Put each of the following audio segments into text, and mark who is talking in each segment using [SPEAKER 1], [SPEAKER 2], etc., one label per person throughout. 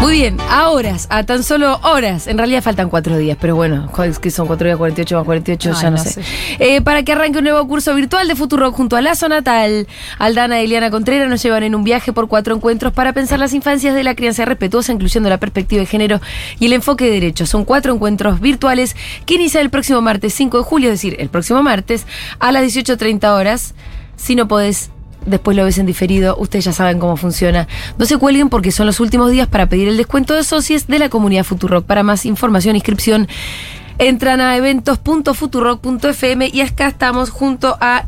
[SPEAKER 1] Muy bien, a horas, a tan solo horas. En realidad faltan cuatro días, pero bueno, joder, es que son cuatro días, 48 más 48,
[SPEAKER 2] Ay,
[SPEAKER 1] ya no,
[SPEAKER 2] no
[SPEAKER 1] sé. Eh, para que arranque un nuevo curso virtual de Futuro junto a Lazo Natal, Aldana y Eliana Contreras nos llevan en un viaje por cuatro encuentros para pensar las infancias de la crianza respetuosa, incluyendo la perspectiva de género y el enfoque de derechos. Son cuatro encuentros virtuales que inician el próximo martes 5 de julio, es decir, el próximo martes, a las 18.30 horas. Si no podés Después lo ves en diferido, ustedes ya saben cómo funciona. No se cuelguen porque son los últimos días para pedir el descuento de socios de la comunidad Futurock. Para más información e inscripción, entran a eventos.futurock.fm y acá estamos junto a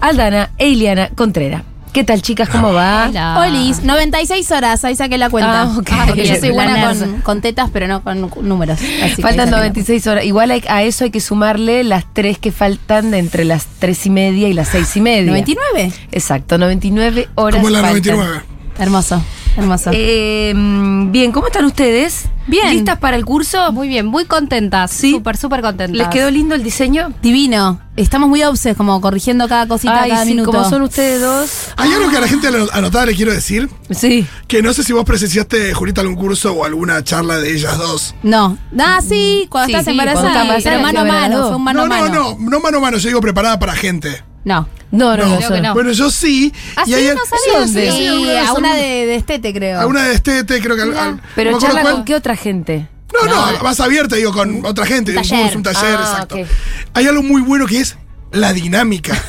[SPEAKER 1] Aldana e Iliana Contreras. ¿Qué tal, chicas? ¿Cómo va?
[SPEAKER 2] Hola.
[SPEAKER 3] Olis, 96 horas, ahí saqué la cuenta.
[SPEAKER 1] Ah, ok.
[SPEAKER 3] Ah, porque yo soy
[SPEAKER 1] La
[SPEAKER 3] buena
[SPEAKER 1] nerd.
[SPEAKER 3] con, con tetas, pero no con cu- números. Así que ahí
[SPEAKER 1] Faltan
[SPEAKER 3] saqué la
[SPEAKER 1] 96 horas. Igual hay- a eso hay que sumarle las tres que faltan de entre las tres y media y las seis y media.
[SPEAKER 3] cuenta. ¿99?
[SPEAKER 1] Exacto, 99 horas.
[SPEAKER 4] Como la
[SPEAKER 1] faltan.
[SPEAKER 4] 99.
[SPEAKER 3] Hermoso, hermoso.
[SPEAKER 1] Eh, mm, bien, ¿cómo están ustedes?
[SPEAKER 3] Bien.
[SPEAKER 1] ¿Listas para el curso?
[SPEAKER 2] Muy bien, muy contentas.
[SPEAKER 1] Sí.
[SPEAKER 2] Súper, súper contentas.
[SPEAKER 1] ¿Les quedó lindo el diseño?
[SPEAKER 3] Divino. Estamos muy obses, como corrigiendo cada cosita,
[SPEAKER 1] Ay,
[SPEAKER 3] cada
[SPEAKER 1] sí,
[SPEAKER 3] minuto.
[SPEAKER 1] como son ustedes dos.
[SPEAKER 4] Hay algo que a la gente ano- anotada le quiero decir,
[SPEAKER 1] Sí.
[SPEAKER 4] que no sé si vos presenciaste, Julita, algún curso o alguna charla de ellas dos.
[SPEAKER 3] No. Ah, sí, cuando
[SPEAKER 1] Sí,
[SPEAKER 3] estás
[SPEAKER 1] sí,
[SPEAKER 3] embarazada.
[SPEAKER 1] cuando estás embarazada,
[SPEAKER 3] pero mano a
[SPEAKER 1] sí,
[SPEAKER 3] mano,
[SPEAKER 1] verdad.
[SPEAKER 3] fue un mano a
[SPEAKER 4] no,
[SPEAKER 3] mano.
[SPEAKER 4] no, no, no mano a mano, yo digo preparada para gente.
[SPEAKER 3] No.
[SPEAKER 1] No, no, no.
[SPEAKER 2] Creo que
[SPEAKER 1] son-
[SPEAKER 2] no.
[SPEAKER 4] Bueno, yo sí.
[SPEAKER 2] Ah, sí,
[SPEAKER 4] hay-
[SPEAKER 2] no sabía,
[SPEAKER 4] sí,
[SPEAKER 2] ¿dónde?
[SPEAKER 4] sí,
[SPEAKER 3] Sí,
[SPEAKER 4] alguna vez
[SPEAKER 3] a una
[SPEAKER 4] algún-
[SPEAKER 3] de, de estete, creo.
[SPEAKER 4] A una de estete, creo que al- al- no
[SPEAKER 1] Pero
[SPEAKER 4] me acuerdo
[SPEAKER 1] charla
[SPEAKER 4] cuál.
[SPEAKER 1] con qué otra gente.
[SPEAKER 4] No, no, vas abierta, digo, con otra gente, un,
[SPEAKER 3] taller.
[SPEAKER 4] curso, un taller,
[SPEAKER 1] Ah,
[SPEAKER 4] exacto.
[SPEAKER 1] ok.
[SPEAKER 4] Hay algo muy bueno que es la dinámica.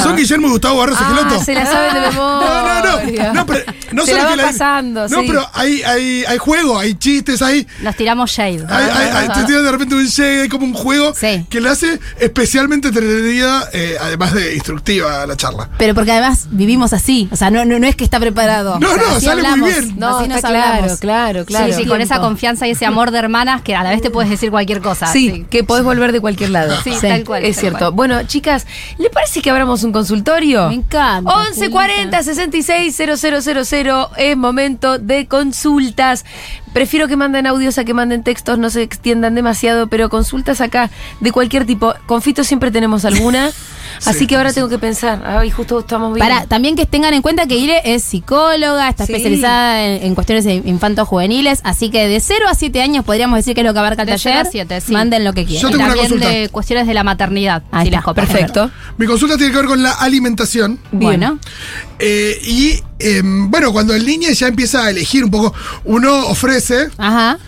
[SPEAKER 4] Son Guillermo y Gustavo Barros Esqueloto.
[SPEAKER 1] Ah, se la saben de memoria.
[SPEAKER 4] Ah. No, no, no. No, pero, no
[SPEAKER 1] se
[SPEAKER 4] solo
[SPEAKER 1] la
[SPEAKER 4] que
[SPEAKER 1] va pasando,
[SPEAKER 4] No,
[SPEAKER 1] sí.
[SPEAKER 4] pero hay, hay, hay juego, hay chistes, hay.
[SPEAKER 2] Nos tiramos shade.
[SPEAKER 4] Hay, hay- hay- te tiran de repente un shade, hay como un juego
[SPEAKER 3] Sí.
[SPEAKER 4] que la hace especialmente entretenida, eh, además de instructiva la charla.
[SPEAKER 3] Pero porque además vivimos así. O sea, no, no, no es que está preparado.
[SPEAKER 4] No,
[SPEAKER 3] O sea,
[SPEAKER 4] no,
[SPEAKER 3] así
[SPEAKER 4] sale muy
[SPEAKER 3] hablamos,
[SPEAKER 4] bien.
[SPEAKER 1] No,
[SPEAKER 3] así nos
[SPEAKER 1] está claro,
[SPEAKER 3] hablamos.
[SPEAKER 1] claro, claro.
[SPEAKER 2] Sí, sí, con
[SPEAKER 3] Tiempo.
[SPEAKER 2] esa confianza y ese amor de hermanas que a la vez te puedes decir cualquier cosa.
[SPEAKER 1] Sí, que podés volver de cualquier lado.
[SPEAKER 2] Sí, tal cual,
[SPEAKER 1] Es
[SPEAKER 2] tal
[SPEAKER 1] cierto.
[SPEAKER 2] cual.
[SPEAKER 1] Bueno, chicas, ¿le parece que abramos un consultorio?
[SPEAKER 3] Me encanta,
[SPEAKER 1] 1140 660000 es momento de consultas. Prefiero que manden audios a que manden textos, no se extiendan demasiado, pero consultas acá de cualquier tipo. Con Fito siempre tenemos alguna, así que ahora tengo que pensar. Ay, justo estamos bien.
[SPEAKER 3] Para, también que tengan en cuenta que Ire es psicóloga, está
[SPEAKER 1] Sí.
[SPEAKER 3] especializada en, en cuestiones de infantos juveniles, así que de 0 a 7 años podríamos decir que es lo que abarca el
[SPEAKER 2] De cero
[SPEAKER 3] taller.
[SPEAKER 2] a siete, sí.
[SPEAKER 3] Manden lo que quieran.
[SPEAKER 4] Yo tengo una
[SPEAKER 2] También
[SPEAKER 4] consulta.
[SPEAKER 2] de Eh, cuestiones de la maternidad.
[SPEAKER 3] Ahí
[SPEAKER 2] si
[SPEAKER 3] está,
[SPEAKER 2] les copa.
[SPEAKER 1] Perfecto.
[SPEAKER 4] Mi consulta tiene que ver con la alimentación.
[SPEAKER 3] Bueno,
[SPEAKER 4] eh, y em, bueno, cuando el niño ya empieza a elegir un poco, uno ofrece
[SPEAKER 3] ajá.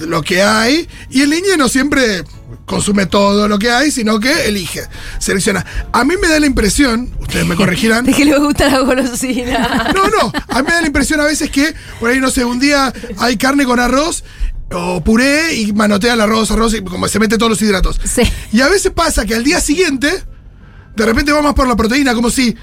[SPEAKER 4] lo que hay y el niño no siempre consume todo lo que hay, sino que elige, selecciona. A mí me da la impresión, ustedes me corregirán,
[SPEAKER 1] De que le gusta la golosina.
[SPEAKER 4] No, no. A mí me da la impresión a veces que, por ahí, no sé, un día hay carne con arroz o puré y manotea el arroz, arroz y como se mete todos los hidratos.
[SPEAKER 3] Sí.
[SPEAKER 4] Y a veces pasa que al día siguiente, de repente vamos por la proteína, como si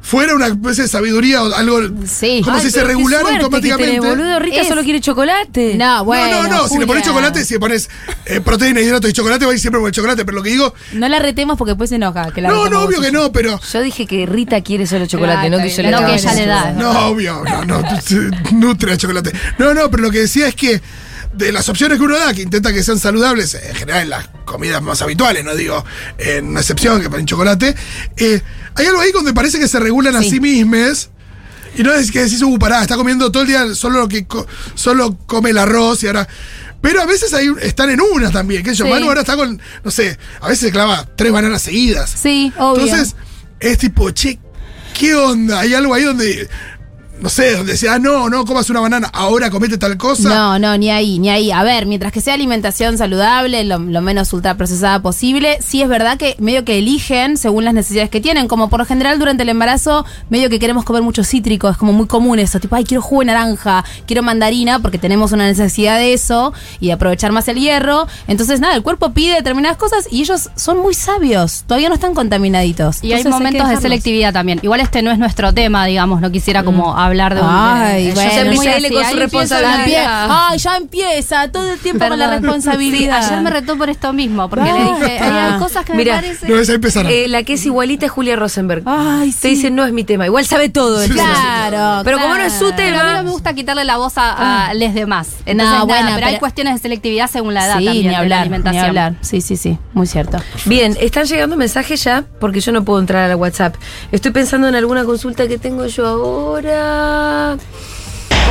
[SPEAKER 4] fuera una especie de sabiduría o algo.
[SPEAKER 3] Sí.
[SPEAKER 4] Como
[SPEAKER 3] Ay,
[SPEAKER 4] si se
[SPEAKER 1] Pero qué
[SPEAKER 4] regulara
[SPEAKER 1] suerte que
[SPEAKER 4] automáticamente.
[SPEAKER 1] tenés, boludo, Rita
[SPEAKER 3] Es-
[SPEAKER 1] solo quiere chocolate.
[SPEAKER 3] No, Ah, bueno.
[SPEAKER 4] Eh, no, no, no. Si le
[SPEAKER 3] Julia.
[SPEAKER 4] pones chocolate, si le pones eh, proteína, hidratos y chocolate, va a ir siempre por el chocolate. Pero lo que digo.
[SPEAKER 3] No la retemos porque después se enoja. Que la
[SPEAKER 4] No,
[SPEAKER 3] retemos
[SPEAKER 4] no, obvio
[SPEAKER 3] vos.
[SPEAKER 4] que no, pero.
[SPEAKER 1] Yo dije que Rita quiere solo chocolate,
[SPEAKER 2] Ah,
[SPEAKER 1] no
[SPEAKER 2] está
[SPEAKER 1] que yo le
[SPEAKER 2] bien. No
[SPEAKER 1] daba
[SPEAKER 2] que ella le da.
[SPEAKER 1] golosina.
[SPEAKER 4] No, obvio, no, no, se nutre el chocolate. No, no, pero lo que decía es que de las opciones que uno da, que intenta que sean saludables, eh, en general en las comidas más habituales, no digo en una excepción que para el chocolate, eh, hay algo ahí donde parece que se regulan a sí mismas. Y no es que decís, uh, pará, está comiendo todo el día solo lo que co- solo come el arroz y ahora. Pero a veces ahí están en una también, que yo,
[SPEAKER 3] Sí.
[SPEAKER 4] Manu ahora está con, no sé, a veces se clava tres bananas seguidas.
[SPEAKER 3] Sí, obvio.
[SPEAKER 4] Entonces, es tipo, che, ¿qué onda? Hay algo ahí donde, no sé, donde decía, ah, no, no comas una banana, ahora comete tal cosa.
[SPEAKER 3] No, no, ni ahí, ni ahí. A ver, mientras que sea alimentación saludable, lo, lo menos ultraprocesada posible, sí es verdad que medio que eligen según las necesidades que tienen. Como por lo general durante el embarazo, medio que queremos comer mucho cítrico, es como muy común eso. Tipo, ay, quiero jugo de naranja, quiero mandarina, porque tenemos una necesidad de eso y de aprovechar más el hierro. Entonces, nada, el cuerpo pide determinadas cosas y ellos son muy sabios, todavía no están contaminaditos.
[SPEAKER 2] Y hay
[SPEAKER 3] Entonces, que
[SPEAKER 2] momentos de
[SPEAKER 3] dejarlos.
[SPEAKER 2] selectividad también. Igual este no es nuestro tema, digamos, no quisiera como hablar de un.
[SPEAKER 3] Mm. Ay,
[SPEAKER 2] de-
[SPEAKER 3] bueno,
[SPEAKER 1] se
[SPEAKER 2] muy
[SPEAKER 1] empecé él con
[SPEAKER 2] así, ahí
[SPEAKER 1] su
[SPEAKER 2] empiezo a
[SPEAKER 1] responsabilidad.
[SPEAKER 2] hablar.
[SPEAKER 3] Empie- Ay, ya empieza todo el tiempo con Ah, la
[SPEAKER 2] Perdón.
[SPEAKER 3] responsabilidad. Ah.
[SPEAKER 2] Sí, ayer me retó por esto mismo, porque le dije,
[SPEAKER 3] Basta.
[SPEAKER 2] "Ay, hay cosas que
[SPEAKER 1] Mira,
[SPEAKER 2] me parecen.
[SPEAKER 4] No, esa empezará.
[SPEAKER 1] Eh, la que es igualita es Julia Rosenberg.
[SPEAKER 3] Ay,
[SPEAKER 1] Te dicen, no es mi tema. Igual sabe todo. el
[SPEAKER 4] Sí,
[SPEAKER 1] tema.
[SPEAKER 3] Claro.
[SPEAKER 1] Pero como no es su
[SPEAKER 2] Pero a mí no me
[SPEAKER 1] tema.
[SPEAKER 2] gusta quitarle la voz a, a les demás. Entonces, nada,
[SPEAKER 3] Ah. bueno,
[SPEAKER 2] pero, hay
[SPEAKER 3] pero-
[SPEAKER 2] cuestiones de selectividad según la edad
[SPEAKER 3] sí,
[SPEAKER 2] también,
[SPEAKER 3] ni
[SPEAKER 2] de la
[SPEAKER 3] hablar, ni
[SPEAKER 2] alimentación.
[SPEAKER 3] hablar. Sí, sí, sí, muy cierto.
[SPEAKER 1] Bien, están llegando mensajes ya porque yo no puedo entrar a la WhatsApp. Estoy pensando en alguna consulta que tengo yo ahora.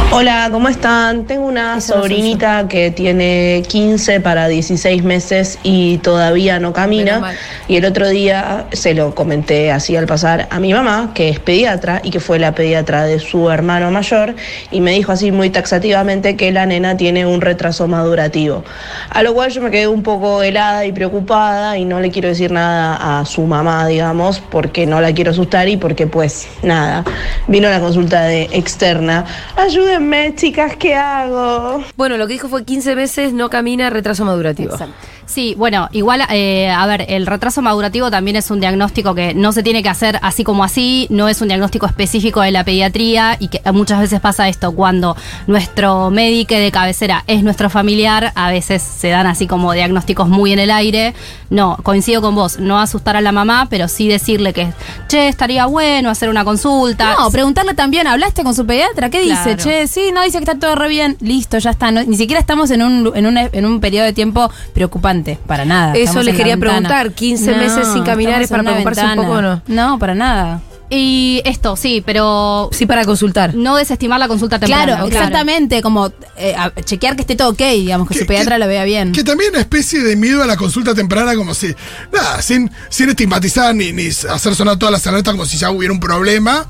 [SPEAKER 5] Hola, ¿cómo están? Tengo una sobrinita que tiene 15 para 16 meses y todavía no
[SPEAKER 1] Menos
[SPEAKER 5] camina.
[SPEAKER 1] mal.
[SPEAKER 5] Y el otro día se lo comenté así al pasar a mi mamá, que es pediatra y que fue la pediatra de su hermano mayor, y me dijo así muy taxativamente que la nena tiene un retraso madurativo. A lo cual yo me quedé un poco helada y preocupada y no le quiero decir nada a su mamá, digamos, porque no la quiero asustar y porque pues nada, vino la consulta de externa. Ayúdenme, chicas, ¿qué hago?
[SPEAKER 1] Bueno, lo que dijo fue 15 meses, no camina, retraso madurativo.
[SPEAKER 2] Sí, bueno, igual, eh, a ver, el retraso madurativo también es un diagnóstico que no se tiene que hacer así como así, no es un diagnóstico específico de la pediatría y que muchas veces pasa esto, cuando nuestro médico de cabecera es nuestro familiar, a veces se dan así como diagnósticos muy en el aire. No, coincido con vos, no asustar a la mamá, pero sí decirle que, che, estaría bueno hacer una consulta.
[SPEAKER 3] No, preguntarle también, ¿hablaste con su pediatra? ¿Qué dice?
[SPEAKER 2] Claro.
[SPEAKER 3] Che, sí, no, dice que está todo re bien. Listo, ya está. No- ni siquiera estamos en un, en, un, en un periodo de tiempo preocupante, para nada.
[SPEAKER 1] Eso
[SPEAKER 3] Estamos
[SPEAKER 1] les
[SPEAKER 3] en la
[SPEAKER 1] quería
[SPEAKER 3] ventana.
[SPEAKER 1] preguntar, 15 meses sin caminar
[SPEAKER 3] estamos
[SPEAKER 1] es para
[SPEAKER 3] en una
[SPEAKER 1] preocuparse un poco,
[SPEAKER 3] ventana. No, para nada.
[SPEAKER 2] Y esto, sí, pero
[SPEAKER 1] Sí, para consultar.
[SPEAKER 2] no desestimar la consulta temprana.
[SPEAKER 3] Claro, exactamente, como eh, a- chequear que esté todo ok, digamos, que
[SPEAKER 4] Que-
[SPEAKER 3] su pediatra
[SPEAKER 4] que-
[SPEAKER 3] lo vea bien.
[SPEAKER 4] Que también una especie de miedo a la consulta temprana, como si, nada, sin, sin estigmatizar ni, ni hacer sonar todas las alertas como si ya hubiera un problema.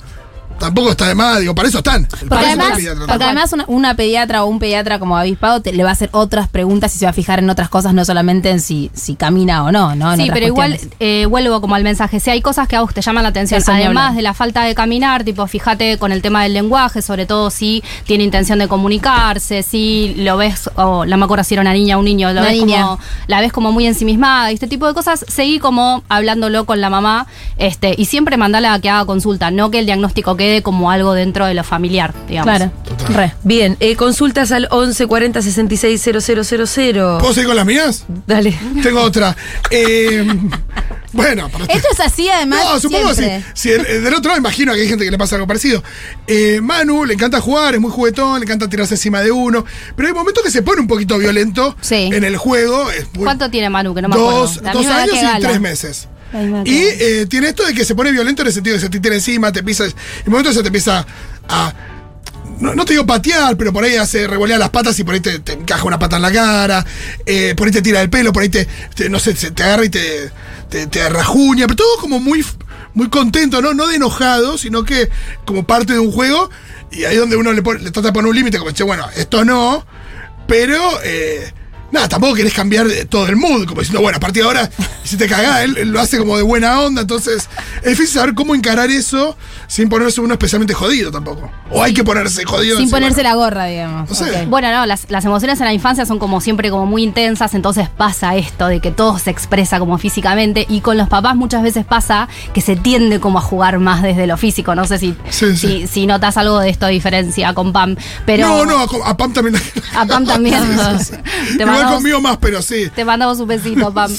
[SPEAKER 4] Tampoco está de más, digo, para eso están. Para
[SPEAKER 3] Porque
[SPEAKER 4] eso está
[SPEAKER 3] además,
[SPEAKER 4] el pediatra
[SPEAKER 3] porque
[SPEAKER 4] también.
[SPEAKER 3] además una, una pediatra o un pediatra como avispado te, le va a hacer otras preguntas y se va a fijar en otras cosas, no solamente en si, si camina o no, Ah, ¿no? En
[SPEAKER 2] Sí,
[SPEAKER 3] otras
[SPEAKER 2] pero igual
[SPEAKER 3] cuestiones.
[SPEAKER 2] eh, vuelvo como al mensaje. Si hay cosas que a vos te llaman la atención,
[SPEAKER 3] Eso ni
[SPEAKER 2] además
[SPEAKER 3] hablar.
[SPEAKER 2] de la falta de caminar, tipo, fíjate con el tema del lenguaje, sobre todo si tiene intención de comunicarse, si lo ves, o la me acuerdo si era una niña o un niño, lo
[SPEAKER 3] Una
[SPEAKER 2] ves
[SPEAKER 3] niña.
[SPEAKER 2] como, la ves como muy ensimismada y este tipo de cosas, seguí como hablándolo con la mamá este y siempre mandala a que haga consulta, no que el diagnóstico quede como algo dentro de lo familiar, digamos.
[SPEAKER 3] Claro, re.
[SPEAKER 1] Bien, eh, consultas al 11 40 66 000.
[SPEAKER 4] ¿Puedo seguir con las mías?
[SPEAKER 1] Dale.
[SPEAKER 4] Tengo otra. Eh, bueno, para
[SPEAKER 3] Esto es así además.
[SPEAKER 4] No, supongo si,
[SPEAKER 3] siempre.
[SPEAKER 4] si el- del otro lado imagino que hay gente que le pasa algo parecido. Eh, Manu le encanta jugar, es muy juguetón, le encanta tirarse encima de uno, pero hay momentos que se pone un poquito violento
[SPEAKER 2] Sí.
[SPEAKER 4] en el juego. es muy-
[SPEAKER 2] ¿Cuánto tiene Manu? Que no me acuerdo.
[SPEAKER 4] dos,
[SPEAKER 3] La
[SPEAKER 4] dos
[SPEAKER 3] misma edad
[SPEAKER 4] años
[SPEAKER 3] que
[SPEAKER 4] y
[SPEAKER 3] Gala.
[SPEAKER 4] tres meses.
[SPEAKER 3] La misma edad
[SPEAKER 4] Y
[SPEAKER 3] que
[SPEAKER 4] eh, tiene esto de que se pone violento en el sentido de que se te tira encima, te pisa. En el momento se te empieza a. No, no te digo patear, pero por ahí hace revolear las patas y por ahí te, te encaja una pata en la cara, eh, por ahí te tira el pelo, por ahí te, te- no sé, se te agarra y te, te, te rajuña, pero todo como muy, muy contento, ¿no? No de enojado, sino que como parte de un juego, y ahí donde uno le, pone- le trata de poner un límite, como, che, bueno, esto no, pero, eh, nada, tampoco querés cambiar de- todo el mood, como diciendo, bueno, a partir de ahora, si te cagás, él, él lo hace como de buena onda, entonces es difícil saber cómo encarar eso sin ponerse uno especialmente jodido tampoco. O hay que ponerse jodido.
[SPEAKER 3] Sin
[SPEAKER 4] encima.
[SPEAKER 3] ponerse la gorra, digamos.
[SPEAKER 4] No sé.
[SPEAKER 3] Ok.
[SPEAKER 2] Bueno, no, las, las emociones en la infancia son como siempre como muy intensas, entonces pasa esto de que todo se expresa como físicamente y con los papás muchas veces pasa que se tiende como a jugar más desde lo físico, no sé si,
[SPEAKER 4] Sí, sí.
[SPEAKER 2] si, si notas algo de esto de diferencia con Pam, pero
[SPEAKER 4] No, no, a, co- a Pam también.
[SPEAKER 2] a Pam también. Te
[SPEAKER 4] Igual
[SPEAKER 2] mandamos-
[SPEAKER 4] conmigo más, pero sí.
[SPEAKER 2] te mandamos un besito, Pam.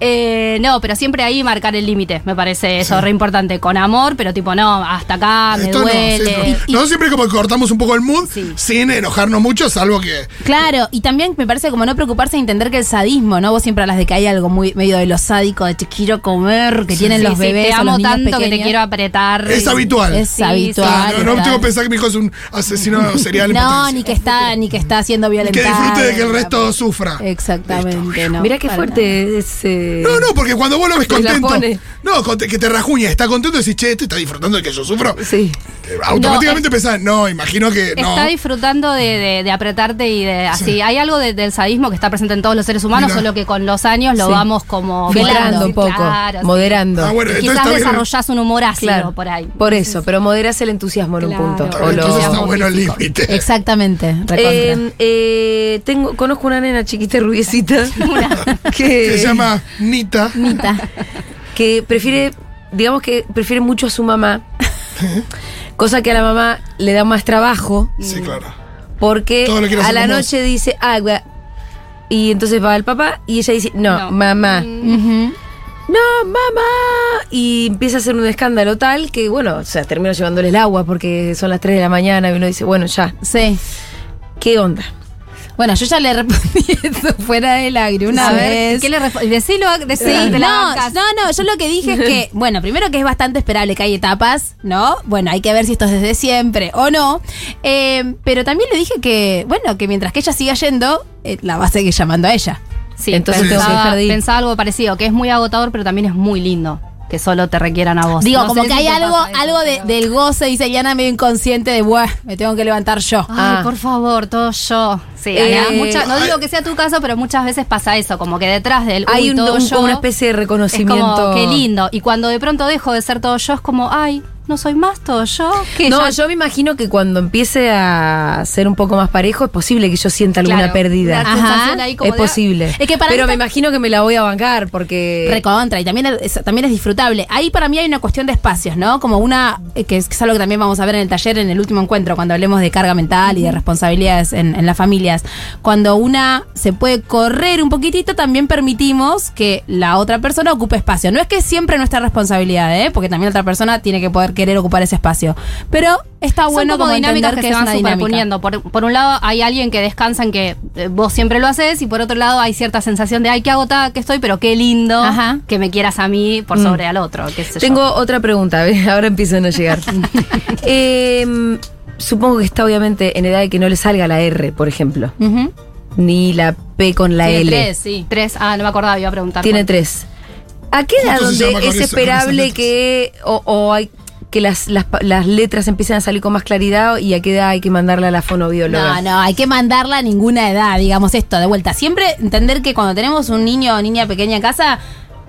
[SPEAKER 2] Eh, no, pero siempre ahí marcar el límite, me parece eso re importante. Con amor, pero tipo, no, hasta acá, me
[SPEAKER 4] Esto no, sí,
[SPEAKER 2] duele.
[SPEAKER 4] no. Nosotros siempre como que cortamos un poco el mood
[SPEAKER 2] Sí.
[SPEAKER 4] sin enojarnos mucho, salvo que.
[SPEAKER 3] Claro, y también me parece como no preocuparse de entender que el sadismo, ¿no? Vos siempre hablas de que hay algo muy medio de lo sádico, de te quiero comer, que tienen
[SPEAKER 2] Sí,
[SPEAKER 3] los
[SPEAKER 2] sí,
[SPEAKER 3] bebés.
[SPEAKER 2] te
[SPEAKER 3] o los
[SPEAKER 2] amo
[SPEAKER 3] niños
[SPEAKER 2] tanto que te
[SPEAKER 3] pequeños.
[SPEAKER 2] quiero apretar.
[SPEAKER 4] Es
[SPEAKER 2] Y-
[SPEAKER 4] habitual.
[SPEAKER 3] Es
[SPEAKER 2] Sí,
[SPEAKER 4] Ah,
[SPEAKER 3] habitual.
[SPEAKER 4] no, no
[SPEAKER 3] ¿verdad?
[SPEAKER 4] tengo que pensar que mi hijo es un asesino serial. en
[SPEAKER 3] No,
[SPEAKER 4] potencia.
[SPEAKER 3] ni que está, ni que está siendo violentado.
[SPEAKER 4] Que disfrute de que el resto sufra.
[SPEAKER 3] Exactamente, no.
[SPEAKER 1] Mirá qué
[SPEAKER 3] Para
[SPEAKER 1] fuerte es. eh,
[SPEAKER 4] No, no, porque cuando vos lo ves
[SPEAKER 1] Te la
[SPEAKER 4] contento.
[SPEAKER 1] pone.
[SPEAKER 4] No, con- que te rajuña, está contento, decís, che, este está disfrutando de que yo sufro.
[SPEAKER 1] Sí.
[SPEAKER 4] Eh, Automáticamente pensás, no, imagino que no. Ah,
[SPEAKER 2] Está disfrutando de, de- de apretarte y de así. Hay algo de- del sadismo que está presente en todos los seres humanos,
[SPEAKER 4] Mirá.
[SPEAKER 2] solo que con los años lo
[SPEAKER 1] Sí.
[SPEAKER 2] vamos como
[SPEAKER 1] Filtrando un poco,
[SPEAKER 2] Claro, sí.
[SPEAKER 1] moderando.
[SPEAKER 4] Ah, bueno,
[SPEAKER 2] Y
[SPEAKER 4] entonces
[SPEAKER 2] Quizás
[SPEAKER 4] está bien.
[SPEAKER 2] desarrollás un humor ácido
[SPEAKER 1] Claro,
[SPEAKER 2] por ahí.
[SPEAKER 1] Por eso, pero moderas el entusiasmo en un
[SPEAKER 2] Claro.
[SPEAKER 1] punto.
[SPEAKER 4] Está
[SPEAKER 1] o
[SPEAKER 4] bien,
[SPEAKER 1] lo-
[SPEAKER 4] Entonces está
[SPEAKER 2] Amor
[SPEAKER 4] bueno el
[SPEAKER 2] físico.
[SPEAKER 4] límite.
[SPEAKER 3] Exactamente, recontra.
[SPEAKER 1] Eh, eh, tengo, conozco una nena chiquita rubiecita que,
[SPEAKER 4] Se llama Nita.
[SPEAKER 3] Mita.
[SPEAKER 1] que prefiere, digamos que prefiere mucho a su mamá. Cosa que a la mamá le da más trabajo
[SPEAKER 4] Sí, claro.
[SPEAKER 1] porque
[SPEAKER 4] Todo lo quiere
[SPEAKER 1] a
[SPEAKER 4] hacer
[SPEAKER 1] la
[SPEAKER 4] con vos.
[SPEAKER 1] noche dice agua. Y entonces va al papá y ella dice, no,
[SPEAKER 2] No. Mm.
[SPEAKER 1] mamá.
[SPEAKER 3] Ujú.
[SPEAKER 1] No, mamá. Y empieza a hacer un escándalo tal que, bueno, o sea, termina llevándole el agua porque son las 3 de la mañana y uno dice, bueno, ya,
[SPEAKER 3] Sí.
[SPEAKER 1] ¿qué onda?
[SPEAKER 3] Bueno, yo ya le respondí eso fuera del agrio una
[SPEAKER 2] A ver,
[SPEAKER 3] vez.
[SPEAKER 2] ¿qué le responde? Decilo, decilo,
[SPEAKER 3] Sí,
[SPEAKER 2] te la
[SPEAKER 3] no,
[SPEAKER 2] bancas.
[SPEAKER 3] no, no, yo lo que dije es que, bueno, primero que es bastante esperable que hay etapas, ¿no? Bueno, hay que ver si esto es desde siempre o no. Eh, pero también le dije que, bueno, que mientras que ella siga yendo, eh, la va a seguir llamando a ella.
[SPEAKER 2] Sí,
[SPEAKER 1] Entonces tengo que
[SPEAKER 2] pensaba,
[SPEAKER 1] dejar de ir.
[SPEAKER 2] pensaba algo parecido, que es muy agotador, pero también es muy lindo que solo te requieran a vos.
[SPEAKER 3] Digo,
[SPEAKER 2] No
[SPEAKER 3] como
[SPEAKER 2] sé
[SPEAKER 3] que
[SPEAKER 2] si
[SPEAKER 3] hay
[SPEAKER 2] te
[SPEAKER 3] algo,
[SPEAKER 2] pasa eso,
[SPEAKER 3] algo de-
[SPEAKER 2] pero-
[SPEAKER 3] del goce, dice Diana, medio inconsciente de, bueno, me tengo que levantar yo.
[SPEAKER 2] Ay,
[SPEAKER 1] Ah.
[SPEAKER 2] por favor, todo yo. Sí,
[SPEAKER 1] Eh,
[SPEAKER 2] hay mucha- no digo que sea tu caso, pero muchas veces pasa eso, como que detrás del
[SPEAKER 1] Hay
[SPEAKER 2] uy,
[SPEAKER 1] un-
[SPEAKER 2] todo
[SPEAKER 1] un-
[SPEAKER 2] yo,
[SPEAKER 1] como una especie de reconocimiento.
[SPEAKER 2] Es como, qué lindo. Y cuando de pronto dejo de ser todo yo, es como, ay, no soy más todo yo. que
[SPEAKER 1] No,
[SPEAKER 2] ya-
[SPEAKER 1] yo me imagino que cuando empiece a ser un poco más parejo, es posible que yo sienta alguna
[SPEAKER 2] Claro,
[SPEAKER 1] pérdida.
[SPEAKER 2] una sensación ahí como
[SPEAKER 1] es
[SPEAKER 2] de-
[SPEAKER 1] posible.
[SPEAKER 3] Es que para
[SPEAKER 1] Pero
[SPEAKER 3] mí
[SPEAKER 1] me
[SPEAKER 3] está-
[SPEAKER 1] imagino que me la voy a bancar porque.
[SPEAKER 3] Recontra, y también es, también es disfrutable. Ahí para mí hay una cuestión de espacios, ¿no? Como una, eh, que es, que es algo que también vamos a ver en el taller, en el último encuentro, cuando hablemos de carga mental y de responsabilidades en, en las familias. Cuando una se puede correr un poquitito, también permitimos que la otra persona ocupe espacio. No es que siempre nuestra responsabilidad, ¿eh? Porque también la otra persona tiene que poder querer ocupar ese espacio. Pero está
[SPEAKER 2] Son
[SPEAKER 3] bueno
[SPEAKER 2] como, dinámicas
[SPEAKER 3] entender
[SPEAKER 2] que,
[SPEAKER 3] que,
[SPEAKER 2] se
[SPEAKER 3] es
[SPEAKER 2] van
[SPEAKER 3] una dinámica.
[SPEAKER 2] superponiendo. Por, por un lado hay alguien que descansa en que eh, vos siempre lo haces y por otro lado hay cierta sensación de ay, qué agotada que estoy, pero qué lindo
[SPEAKER 3] Ajá.
[SPEAKER 2] que me quieras a mí por sobre al otro. qué sé yo.
[SPEAKER 1] Tengo otra pregunta, a ver, ahora empiezo a no llegar. Eh, supongo que está obviamente en edad de que no le salga la R, por ejemplo,
[SPEAKER 3] Ujú.
[SPEAKER 1] ni la P con la
[SPEAKER 3] Tiene
[SPEAKER 1] L.
[SPEAKER 3] tres, sí.
[SPEAKER 2] Tres, ah, no me acordaba, iba a preguntar.
[SPEAKER 1] Tiene
[SPEAKER 2] cuál.
[SPEAKER 1] tres. ¿A qué edad
[SPEAKER 4] Justo se
[SPEAKER 1] donde
[SPEAKER 4] llama con
[SPEAKER 1] es
[SPEAKER 4] esa- con esas
[SPEAKER 1] esperable
[SPEAKER 4] letras.
[SPEAKER 1] que o, o hay que las, las, pa- las letras empiecen a salir con más claridad y a qué edad hay que mandarla a la fonobióloga?
[SPEAKER 3] No, no, hay que mandarla a ninguna edad, digamos esto, de vuelta. Siempre entender que cuando tenemos un niño o niña pequeña en casa,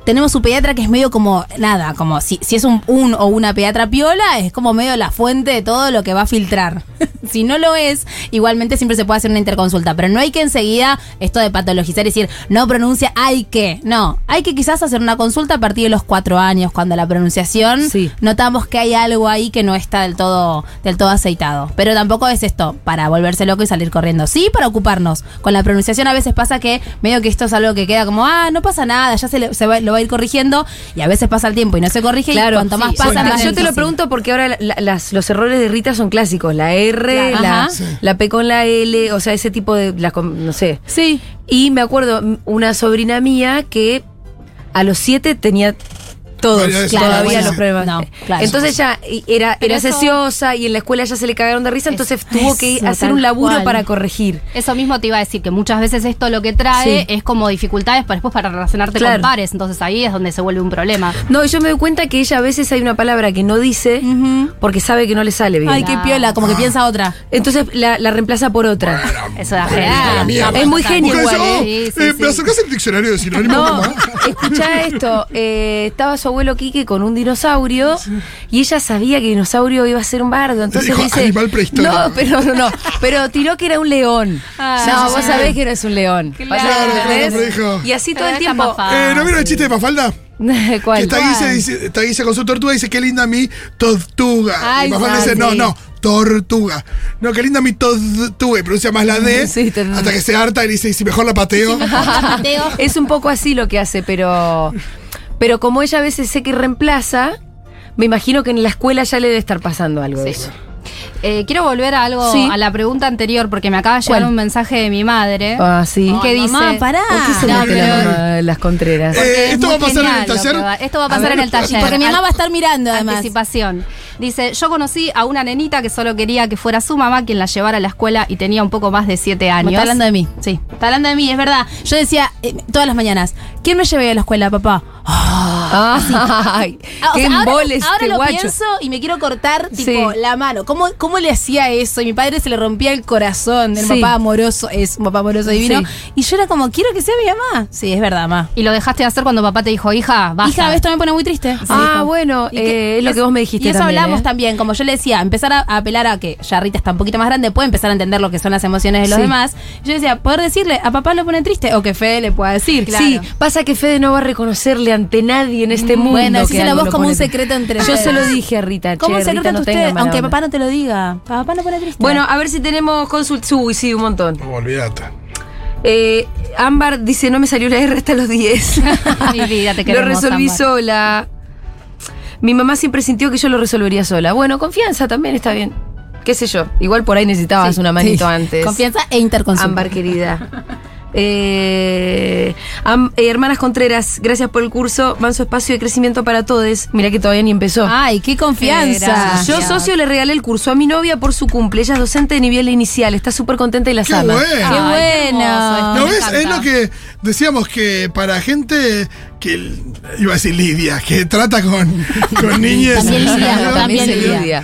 [SPEAKER 3] tenemos su pediatra que es medio como, nada, como si, si es un, un o una pediatra piola, es como medio la fuente de todo lo que va a filtrar. si no lo es, igualmente siempre se puede hacer una interconsulta, pero no hay que enseguida esto de patologizar y decir, no pronuncia, hay que. No, hay que quizás hacer una consulta a partir de los cuatro años, cuando la pronunciación
[SPEAKER 1] Sí.
[SPEAKER 3] notamos que hay algo ahí que no está del todo, del todo aceitado. Pero tampoco es esto para volverse loco y salir corriendo. Sí, para ocuparnos. Con la pronunciación a veces pasa que medio que esto es algo que queda como, ah, no pasa nada, ya se, le- se va- lo va a ir corrigiendo. Y a veces pasa el tiempo y no se corrige. y
[SPEAKER 1] Claro,
[SPEAKER 3] cuanto más
[SPEAKER 1] sí,
[SPEAKER 3] pasa,
[SPEAKER 1] porque
[SPEAKER 3] más
[SPEAKER 1] yo te lo
[SPEAKER 3] difícil.
[SPEAKER 1] pregunto porque ahora la- la- las- los errores de Rita son clásicos, la R,
[SPEAKER 3] Claro.
[SPEAKER 1] la,
[SPEAKER 3] Ajá.
[SPEAKER 4] Sí.
[SPEAKER 1] la P con la L, o sea, ese tipo de, las com- no sé.
[SPEAKER 3] Sí.
[SPEAKER 1] Y me acuerdo m- una sobrina mía que a los siete tenía todos
[SPEAKER 4] Varias-
[SPEAKER 3] Claro,
[SPEAKER 1] todavía
[SPEAKER 3] bueno,
[SPEAKER 1] los problemas.
[SPEAKER 3] no, claro.
[SPEAKER 1] entonces ya y- era,
[SPEAKER 2] Pero
[SPEAKER 1] era
[SPEAKER 2] eso-
[SPEAKER 1] sesiosa y en la escuela ya se le cagaron de risa, entonces tuvo que
[SPEAKER 3] eso,
[SPEAKER 1] hacer
[SPEAKER 3] tal
[SPEAKER 1] un laburo
[SPEAKER 3] cual.
[SPEAKER 1] para corregir.
[SPEAKER 2] Eso mismo te iba a decir, que muchas veces esto lo que trae
[SPEAKER 1] Sí.
[SPEAKER 2] es como dificultades para después para relacionarte
[SPEAKER 1] Claro.
[SPEAKER 2] con pares, entonces ahí es donde se vuelve un problema.
[SPEAKER 1] No, y yo me doy cuenta que ella a veces hay una palabra que no dice porque sabe que no le sale bien.
[SPEAKER 3] Ay, qué piola, como que piensa otra.
[SPEAKER 1] Entonces la, la reemplaza por otra.
[SPEAKER 2] Eso da
[SPEAKER 4] la mierda.
[SPEAKER 1] Es muy genio
[SPEAKER 4] Buscás,
[SPEAKER 1] igual,
[SPEAKER 4] oh,
[SPEAKER 2] Sí, sí,
[SPEAKER 4] eh,
[SPEAKER 2] sí.
[SPEAKER 4] ¿Me acercás el diccionario de sinónimos?
[SPEAKER 1] No,
[SPEAKER 4] mamá?
[SPEAKER 1] escucha esto. eh, estaba su abuelo Quique con un dinosaurio y ella sabía que dinosaurio iba a ser un bardo. Entonces
[SPEAKER 4] Dijo,
[SPEAKER 1] dice.
[SPEAKER 4] "Animal prehistórico".
[SPEAKER 1] No, pero no, no. Pero tiró que era un león.
[SPEAKER 3] Ah.
[SPEAKER 1] no, vos sabés que no es un león.
[SPEAKER 2] Claro,
[SPEAKER 1] Vos sabés,
[SPEAKER 4] claro,
[SPEAKER 1] ¿entendés?
[SPEAKER 4] pero dijo-
[SPEAKER 1] Y así todo el
[SPEAKER 2] Pero está
[SPEAKER 1] tiempo.
[SPEAKER 2] más fácil.
[SPEAKER 4] Eh, ¿No vieron el chiste de Mafalda? Que
[SPEAKER 1] ¿Cuál?
[SPEAKER 4] está Guise, dice, está Guise con su tortuga y dice, qué linda mi tortuga.
[SPEAKER 1] Ay,
[SPEAKER 4] y Mafalda
[SPEAKER 1] ah,
[SPEAKER 4] dice, no,
[SPEAKER 1] sí.
[SPEAKER 4] no, tortuga. No, qué linda mi tortuga. Y pronuncia más la D
[SPEAKER 1] Sí, te-
[SPEAKER 4] hasta que se harta y dice, y si mejor la pateo.
[SPEAKER 3] Mateo.
[SPEAKER 1] Es un poco así lo que hace, pero. Pero como ella a veces sé que reemplaza, me imagino que en la escuela ya le debe estar pasando algo de eso.
[SPEAKER 2] Eh, quiero volver a algo,
[SPEAKER 1] Sí.
[SPEAKER 2] a la pregunta anterior, porque me acaba de llegar
[SPEAKER 1] ¿Cuál?
[SPEAKER 2] un mensaje de mi madre.
[SPEAKER 1] Ah, sí.
[SPEAKER 2] ¿Qué
[SPEAKER 3] Ay,
[SPEAKER 2] dice?
[SPEAKER 3] mamá, pará.
[SPEAKER 1] ¿Por qué se
[SPEAKER 2] No,
[SPEAKER 1] mete la
[SPEAKER 2] pero-
[SPEAKER 1] mamá de las contreras?
[SPEAKER 4] Eh,
[SPEAKER 2] porque es
[SPEAKER 4] ¿esto va a
[SPEAKER 2] muy
[SPEAKER 4] pasar en el
[SPEAKER 2] genial lo
[SPEAKER 4] taller?
[SPEAKER 2] que va- Esto va a
[SPEAKER 4] A
[SPEAKER 2] pasar
[SPEAKER 4] ver,
[SPEAKER 2] en el taller.
[SPEAKER 3] Porque mi mamá va a estar mirando, además.
[SPEAKER 2] Anticipación. Dice, yo conocí a una nenita que solo quería que fuera su mamá quien la llevara a la escuela y tenía un poco más de siete años.
[SPEAKER 3] Está hablando de mí. Sí. Está hablando de mí, es verdad. Yo decía eh, todas las mañanas, ¿quién me llevé a la escuela, papá?
[SPEAKER 1] Ay,
[SPEAKER 3] Ah, o
[SPEAKER 1] qué
[SPEAKER 3] sea, ahora-
[SPEAKER 1] embole
[SPEAKER 3] ahora
[SPEAKER 1] este
[SPEAKER 3] lo
[SPEAKER 1] guacho.
[SPEAKER 3] pienso y me quiero cortar tipo
[SPEAKER 1] Sí.
[SPEAKER 3] la mano. ¿Cómo, ¿Cómo le hacía eso? Y mi padre se le rompía el corazón. El
[SPEAKER 1] Sí.
[SPEAKER 3] papá amoroso es un papá amoroso divino.
[SPEAKER 1] Sí.
[SPEAKER 3] Y yo era como, quiero que sea mi mamá. Sí, es verdad, mamá.
[SPEAKER 2] Y lo dejaste de hacer cuando papá te dijo, hija, basta.
[SPEAKER 3] Hija, esto me pone muy triste.
[SPEAKER 1] Ah,
[SPEAKER 3] Dijo.
[SPEAKER 1] bueno,
[SPEAKER 3] Y que-
[SPEAKER 1] eh, es lo que vos me dijiste
[SPEAKER 3] Y eso
[SPEAKER 1] también,
[SPEAKER 3] hablamos
[SPEAKER 1] ¿eh?
[SPEAKER 3] también, como yo le decía, empezar a, a apelar a que ya Rita está un poquito más grande, puede empezar a entender lo que son las emociones de los
[SPEAKER 1] Sí.
[SPEAKER 3] demás. Yo decía, poder decirle, a papá lo pone triste, o que Fede le pueda decir.
[SPEAKER 1] este Sí, pasa que Fede no va a reconocerle ante nadie en este mundo.
[SPEAKER 3] Bueno,
[SPEAKER 1] que
[SPEAKER 3] decíselo
[SPEAKER 1] algo
[SPEAKER 3] vos
[SPEAKER 1] lo
[SPEAKER 3] como un
[SPEAKER 1] pone-
[SPEAKER 3] secreto entre
[SPEAKER 1] Yo
[SPEAKER 3] ustedes.
[SPEAKER 1] se lo dije a Rita.
[SPEAKER 3] Como
[SPEAKER 1] che,
[SPEAKER 3] un secreto
[SPEAKER 1] Rita, no
[SPEAKER 3] entre
[SPEAKER 1] tenga
[SPEAKER 3] ustedes,
[SPEAKER 1] mala
[SPEAKER 3] aunque
[SPEAKER 1] onda.
[SPEAKER 3] papá no te lo diga. Papá no pone triste.
[SPEAKER 1] Bueno, a ver si tenemos consultas. Uy, sí, un montón.
[SPEAKER 4] No, olvídate.
[SPEAKER 1] Eh, Ámbar dice, no me salió la R hasta los 10.
[SPEAKER 2] Mi vida, te
[SPEAKER 1] Lo
[SPEAKER 2] queremos,
[SPEAKER 1] resolví
[SPEAKER 2] Ámbar.
[SPEAKER 1] sola. Mi mamá siempre sintió que yo lo resolvería sola. Bueno, confianza también está bien. Qué sé yo. Igual por ahí necesitabas
[SPEAKER 3] Sí,
[SPEAKER 1] una manito
[SPEAKER 3] sí.
[SPEAKER 1] antes.
[SPEAKER 3] Confianza e interconsulta.
[SPEAKER 1] Ámbar, querida. Eh, am- eh, hermanas Contreras, gracias por el curso. Manso espacio de crecimiento para todos. Mira que todavía ni empezó.
[SPEAKER 3] Ay, qué confianza.
[SPEAKER 2] Gracias.
[SPEAKER 1] Yo, socio, le regalé el curso a mi novia por su cumple. Ella es docente de nivel inicial. Está súper contenta y las
[SPEAKER 4] ¡Qué
[SPEAKER 1] ama.
[SPEAKER 4] bueno!
[SPEAKER 3] Qué
[SPEAKER 2] Ay, qué
[SPEAKER 3] bueno.
[SPEAKER 2] hermoso
[SPEAKER 4] ¿No
[SPEAKER 2] esto. me
[SPEAKER 4] ves?
[SPEAKER 2] encanta.
[SPEAKER 4] Es lo que decíamos que para gente que iba a decir Lidia, que trata con, con niñas.
[SPEAKER 3] También Lidia, también
[SPEAKER 1] se
[SPEAKER 3] Lidia.
[SPEAKER 1] lidia.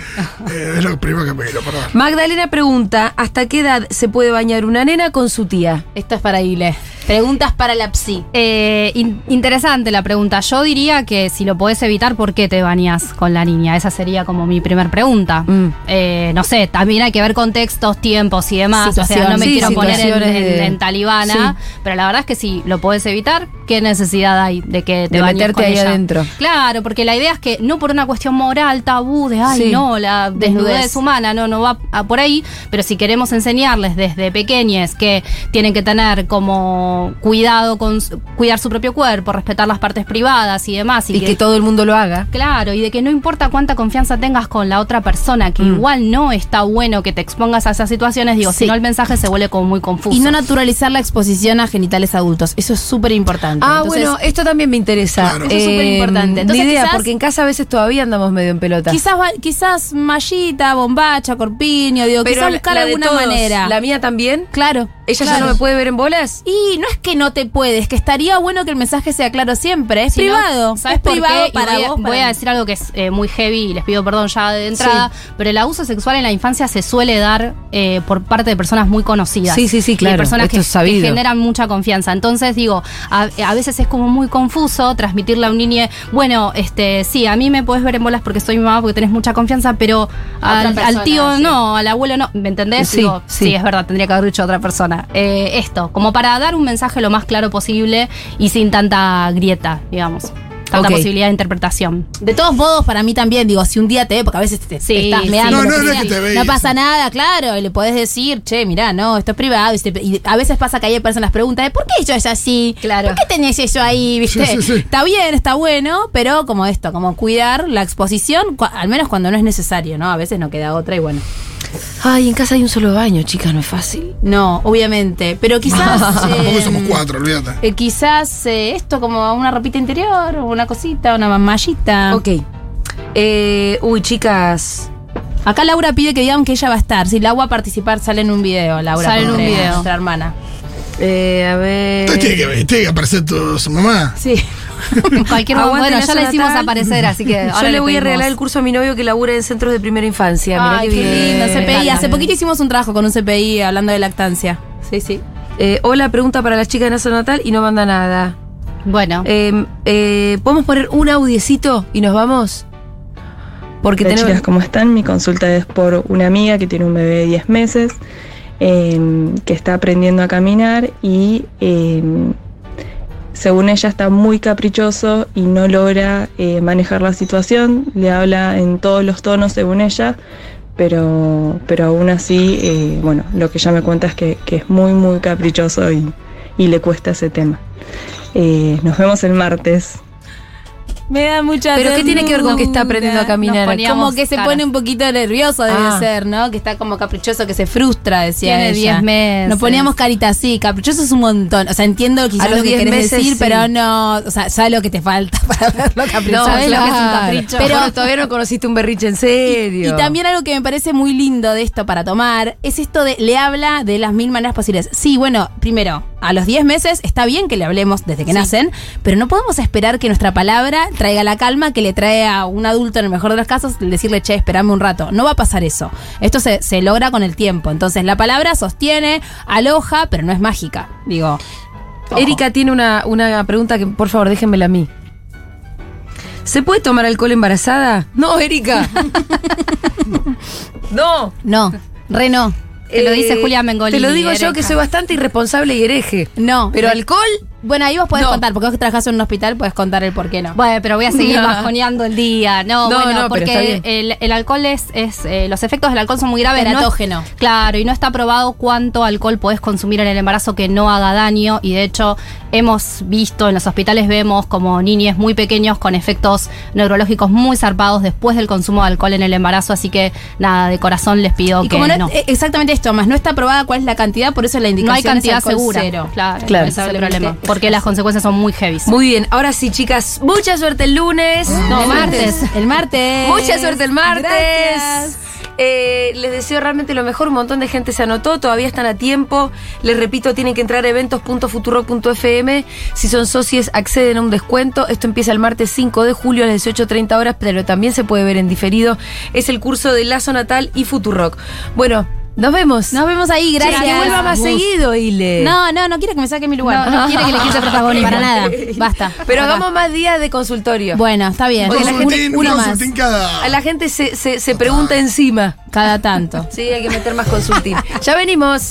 [SPEAKER 4] Eh, es lo primero que me quiero, perdón.
[SPEAKER 1] Magdalena pregunta, ¿hasta qué edad se puede bañar una nena con su tía?
[SPEAKER 3] Esto es para Ile. Preguntas para la psi.
[SPEAKER 2] Eh, in- interesante la pregunta. Yo diría que si lo podés evitar, ¿por qué te bañás con la niña? Esa sería como mi primer pregunta.
[SPEAKER 1] Mm.
[SPEAKER 2] Eh, no sé, también hay que ver contextos, tiempos y demás. O sea, no me
[SPEAKER 1] Situaciones.
[SPEAKER 2] quiero
[SPEAKER 1] Sí,
[SPEAKER 2] poner en,
[SPEAKER 1] situaciones
[SPEAKER 2] en-
[SPEAKER 1] de-
[SPEAKER 2] en talibana, pero la verdad es que si lo podés evitar, ¿qué necesidad hay de que te
[SPEAKER 1] De
[SPEAKER 2] bañes
[SPEAKER 1] meterte
[SPEAKER 2] con
[SPEAKER 1] ahí
[SPEAKER 2] ella?
[SPEAKER 1] adentro.
[SPEAKER 2] Claro, porque la idea es que no por una cuestión moral, tabú, de ay,
[SPEAKER 1] Sí.
[SPEAKER 2] no, la desnudez,
[SPEAKER 1] Desnudez.
[SPEAKER 2] humana, no, no va a por ahí, pero si queremos enseñarles desde pequeñes que tienen que tener como cuidado con su- cuidar su propio cuerpo, respetar las partes privadas y demás, y,
[SPEAKER 1] Y que todo el mundo lo haga.
[SPEAKER 2] Claro, y de que no importa cuánta confianza tengas con la otra persona, que igual no está bueno que te expongas a esas situaciones, digo, si
[SPEAKER 3] Mm. Sí.
[SPEAKER 2] no el mensaje se vuelve como muy confuso.
[SPEAKER 3] Y no naturalizar la exposición a genitales adultos. Eso es súper importante.
[SPEAKER 1] Ah,
[SPEAKER 3] Entonces,
[SPEAKER 1] bueno, esto también me interesa.
[SPEAKER 4] Claro.
[SPEAKER 3] Eso es superimportante. Entonces,
[SPEAKER 1] Eh, ni idea,
[SPEAKER 3] quizás-
[SPEAKER 1] porque en casa a veces todavía andamos medio en pelota.
[SPEAKER 3] Quizás, va- quizás mallita, bombacha, corpiño, digo,
[SPEAKER 1] Pero
[SPEAKER 3] quizás
[SPEAKER 1] la-
[SPEAKER 3] buscar
[SPEAKER 1] la de
[SPEAKER 3] alguna
[SPEAKER 1] todos,
[SPEAKER 3] manera.
[SPEAKER 1] La mía también.
[SPEAKER 3] Claro.
[SPEAKER 1] ¿Ella
[SPEAKER 3] claro.
[SPEAKER 1] ya no me puede ver en bolas?
[SPEAKER 3] Y no es que no te puedes, que estaría bueno que el mensaje sea claro siempre. Es
[SPEAKER 2] Si no,
[SPEAKER 3] privado.
[SPEAKER 2] ¿Sabes
[SPEAKER 3] es
[SPEAKER 2] por
[SPEAKER 3] privado
[SPEAKER 2] qué? Y
[SPEAKER 3] para
[SPEAKER 2] voy, a-
[SPEAKER 3] vos.
[SPEAKER 2] voy
[SPEAKER 3] para
[SPEAKER 2] a
[SPEAKER 3] mí.
[SPEAKER 2] decir algo que es eh, muy heavy y les pido perdón ya de entrada, pero el abuso sexual en la infancia se suele dar eh, por parte de personas muy conocidas.
[SPEAKER 1] Sí, sí, sí,
[SPEAKER 2] Y
[SPEAKER 1] claro,
[SPEAKER 2] personas
[SPEAKER 1] esto
[SPEAKER 2] que,
[SPEAKER 1] es sabido.
[SPEAKER 2] que generan mucha confianza. Entonces, digo, a, a veces es como muy confuso transmitirle a un niño, bueno, este, sí, a mí me puedes ver en bolas porque soy mi mamá, porque tenés mucha confianza, pero al, al
[SPEAKER 3] persona,
[SPEAKER 2] tío
[SPEAKER 3] sí.
[SPEAKER 2] no, al abuelo no. ¿Me entendés?
[SPEAKER 1] Sí,
[SPEAKER 2] Digo,
[SPEAKER 1] sí.
[SPEAKER 2] sí, es verdad, tendría que haber dicho otra persona. Eh, esto, como para dar un mensaje lo más claro posible y sin tanta grieta, digamos. Tanta
[SPEAKER 1] Ok.
[SPEAKER 2] posibilidad de interpretación.
[SPEAKER 3] De todos modos, para mí también, digo, si un día te ve, porque a veces te, te
[SPEAKER 2] Sí,
[SPEAKER 3] estás
[SPEAKER 2] sí.
[SPEAKER 3] meando.
[SPEAKER 4] No,
[SPEAKER 3] lo
[SPEAKER 4] no,
[SPEAKER 3] que
[SPEAKER 4] no es
[SPEAKER 3] sea,
[SPEAKER 4] que te ve
[SPEAKER 3] no
[SPEAKER 4] y-
[SPEAKER 3] pasa nada, claro. Y le podés decir, che, mirá, no, esto es privado. Y, se- y a veces pasa que hay personas preguntas, ¿por qué yo es así?
[SPEAKER 2] Claro.
[SPEAKER 3] ¿Por qué tenés eso ahí? ¿Viste?
[SPEAKER 4] Sí, sí, sí.
[SPEAKER 3] Está bien, está bueno, pero como esto, como cuidar la exposición, cua- al menos cuando no es necesario, ¿no? A veces no queda otra y bueno.
[SPEAKER 1] Ay, en casa hay un solo baño, chicas, no es fácil.
[SPEAKER 3] No, obviamente. Pero quizás.
[SPEAKER 4] Tampoco
[SPEAKER 3] eh,
[SPEAKER 4] somos cuatro, olvídate.
[SPEAKER 3] eh, quizás eh, esto como una ropita interior, o una cosita, una mamallita.
[SPEAKER 1] Ah. Ok. Eh, uy, chicas.
[SPEAKER 3] Acá Laura pide que digan que ella va a estar. Si Laura va a participar, sale en un video, Laura.
[SPEAKER 2] Sale en un
[SPEAKER 3] Contreras,
[SPEAKER 2] video.
[SPEAKER 3] Nuestra hermana.
[SPEAKER 1] Eh, a ver.
[SPEAKER 4] Entonces tiene que, ver, tiene que aparecer tu su mamá.
[SPEAKER 3] Sí.
[SPEAKER 2] Cualquier
[SPEAKER 1] Aguante
[SPEAKER 2] bueno,
[SPEAKER 1] la
[SPEAKER 2] ya le
[SPEAKER 1] zona
[SPEAKER 2] hicimos
[SPEAKER 1] tal.
[SPEAKER 2] aparecer, así que ahora
[SPEAKER 1] Yo le voy a
[SPEAKER 2] pedimos.
[SPEAKER 1] regalar el curso a mi novio que labura en centros de primera infancia. Mirá
[SPEAKER 3] Ay,
[SPEAKER 1] qué
[SPEAKER 3] qué
[SPEAKER 1] bien.
[SPEAKER 3] lindo, CPI.
[SPEAKER 2] Encanta.
[SPEAKER 3] Hace poquito hicimos un trabajo con un CPI hablando de lactancia. Sí, sí.
[SPEAKER 1] Eh, hola, pregunta para las chicas de NASA Natal y no manda nada.
[SPEAKER 2] Bueno,
[SPEAKER 1] Eh, eh, ¿Podemos poner un audiecito y nos vamos? Porque
[SPEAKER 6] Hola,
[SPEAKER 1] tenemos.
[SPEAKER 6] chicas, ¿cómo están? Mi consulta es por una amiga que tiene un bebé de 10 meses, em, que está aprendiendo a caminar y em, según ella está muy caprichoso y no logra eh, manejar la situación, le habla en todos los tonos según ella, pero, pero aún así, eh, bueno, lo que ella me cuenta es que, que es muy, muy caprichoso y, y le cuesta ese tema. Eh, nos vemos el martes.
[SPEAKER 3] Me da mucha
[SPEAKER 1] ¿Pero qué tiene que ver con que está aprendiendo a caminar?
[SPEAKER 2] Nos poníamos
[SPEAKER 3] Como que se
[SPEAKER 2] caras.
[SPEAKER 3] pone un poquito nervioso, debe
[SPEAKER 1] Ah.
[SPEAKER 3] ser, ¿no? Que está como caprichoso, que se frustra, decía
[SPEAKER 2] Tiene
[SPEAKER 3] ella.
[SPEAKER 2] 10 meses.
[SPEAKER 3] Nos poníamos carita así, caprichoso es un montón. O sea, entiendo
[SPEAKER 1] A
[SPEAKER 3] quizás
[SPEAKER 1] los
[SPEAKER 3] lo que
[SPEAKER 1] 10
[SPEAKER 3] querés
[SPEAKER 1] meses,
[SPEAKER 3] decir,
[SPEAKER 1] sí.
[SPEAKER 3] pero no... O sea, sabes lo que te falta para verlo caprichoso.
[SPEAKER 1] ¿sabes lo que es un
[SPEAKER 3] Claro.
[SPEAKER 1] capricho?
[SPEAKER 3] Pero
[SPEAKER 1] Pero todavía no conociste un berriche en serio.
[SPEAKER 3] Y también algo que me parece muy lindo de esto para tomar es esto de le habla de las mil maneras posibles. Sí, bueno, primero, a los 10 meses está bien que le hablemos desde que nacen, pero no podemos esperar que nuestra palabra traiga la calma que le trae a un adulto en el mejor de los casos el decirle, che, esperame un rato. No va a pasar eso. Esto se, se logra con el tiempo. Entonces la palabra sostiene, aloja, pero no es mágica. Digo,
[SPEAKER 1] Erika tiene una, una pregunta que, por favor, déjenmela a mí. ¿Se puede tomar alcohol embarazada? No, Erika. no.
[SPEAKER 3] no, Eh, re no.
[SPEAKER 2] Te lo dice Julia
[SPEAKER 1] Julián
[SPEAKER 2] Mengolini,
[SPEAKER 1] Te lo digo yo
[SPEAKER 2] Erika.
[SPEAKER 1] que soy bastante irresponsable y hereje.
[SPEAKER 3] No,
[SPEAKER 1] Pero
[SPEAKER 3] re-
[SPEAKER 1] alcohol,
[SPEAKER 3] Bueno, ahí vos podés
[SPEAKER 1] No.
[SPEAKER 3] contar, porque vos que trabajás en un hospital podés contar el por qué no.
[SPEAKER 2] Bueno, pero voy a seguir bajoneando el día. No,
[SPEAKER 1] No,
[SPEAKER 2] bueno,
[SPEAKER 1] no, pero está
[SPEAKER 2] porque
[SPEAKER 1] bien.
[SPEAKER 2] el, el alcohol es, es eh, los efectos del alcohol son muy graves.
[SPEAKER 3] Teratógeno.
[SPEAKER 2] No es- claro, y no está probado cuánto alcohol podés consumir en el embarazo que no haga daño. Y de hecho, hemos visto en los hospitales, vemos como niñes muy pequeños con efectos neurológicos muy zarpados después del consumo de alcohol en el embarazo. Así que nada, de corazón les pido
[SPEAKER 3] y
[SPEAKER 2] que
[SPEAKER 3] como no,
[SPEAKER 2] no.
[SPEAKER 3] eh, exactamente esto, más no está probada cuál es la cantidad, por eso la indicación
[SPEAKER 2] No hay cantidad
[SPEAKER 3] es alcohol
[SPEAKER 2] segura.
[SPEAKER 3] cero.
[SPEAKER 2] Claro,
[SPEAKER 1] Claro.
[SPEAKER 2] ese es el
[SPEAKER 3] Solamente
[SPEAKER 2] problema.
[SPEAKER 3] es
[SPEAKER 2] Porque las consecuencias son muy heavy.
[SPEAKER 1] Muy bien, ahora sí, chicas, mucha suerte el lunes.
[SPEAKER 2] No,
[SPEAKER 3] El
[SPEAKER 2] martes.
[SPEAKER 3] El martes.
[SPEAKER 1] Mucha suerte el martes.
[SPEAKER 3] Gracias.
[SPEAKER 1] Eh, les deseo realmente lo mejor. Un montón de gente se anotó, todavía están a tiempo. Les repito, tienen que entrar a eventos.futuro.fm. Si son socios, acceden a un descuento. Esto empieza el martes 5 de julio a las 18.30 horas, pero también se puede ver en diferido. Es el curso de Lazo Natal y Futurock. Bueno, nos vemos.
[SPEAKER 3] Nos vemos ahí,
[SPEAKER 1] Che,
[SPEAKER 3] gracias.
[SPEAKER 1] Que vuelva más seguido, Ile.
[SPEAKER 3] No, no, no quiero que me saque mi lugar. No, quiero que le quite protagonismo. Para nada. Basta.
[SPEAKER 1] Pero
[SPEAKER 3] Acá.
[SPEAKER 1] hagamos más días de consultorio.
[SPEAKER 3] Bueno, está bien.
[SPEAKER 4] Un
[SPEAKER 1] Porque la gente-
[SPEAKER 4] consultín, un
[SPEAKER 3] uno más.
[SPEAKER 4] consultín cada.
[SPEAKER 1] A la gente se, se- se pregunta encima.
[SPEAKER 3] Cada tanto.
[SPEAKER 1] Sí, hay que meter más consultín. ya venimos.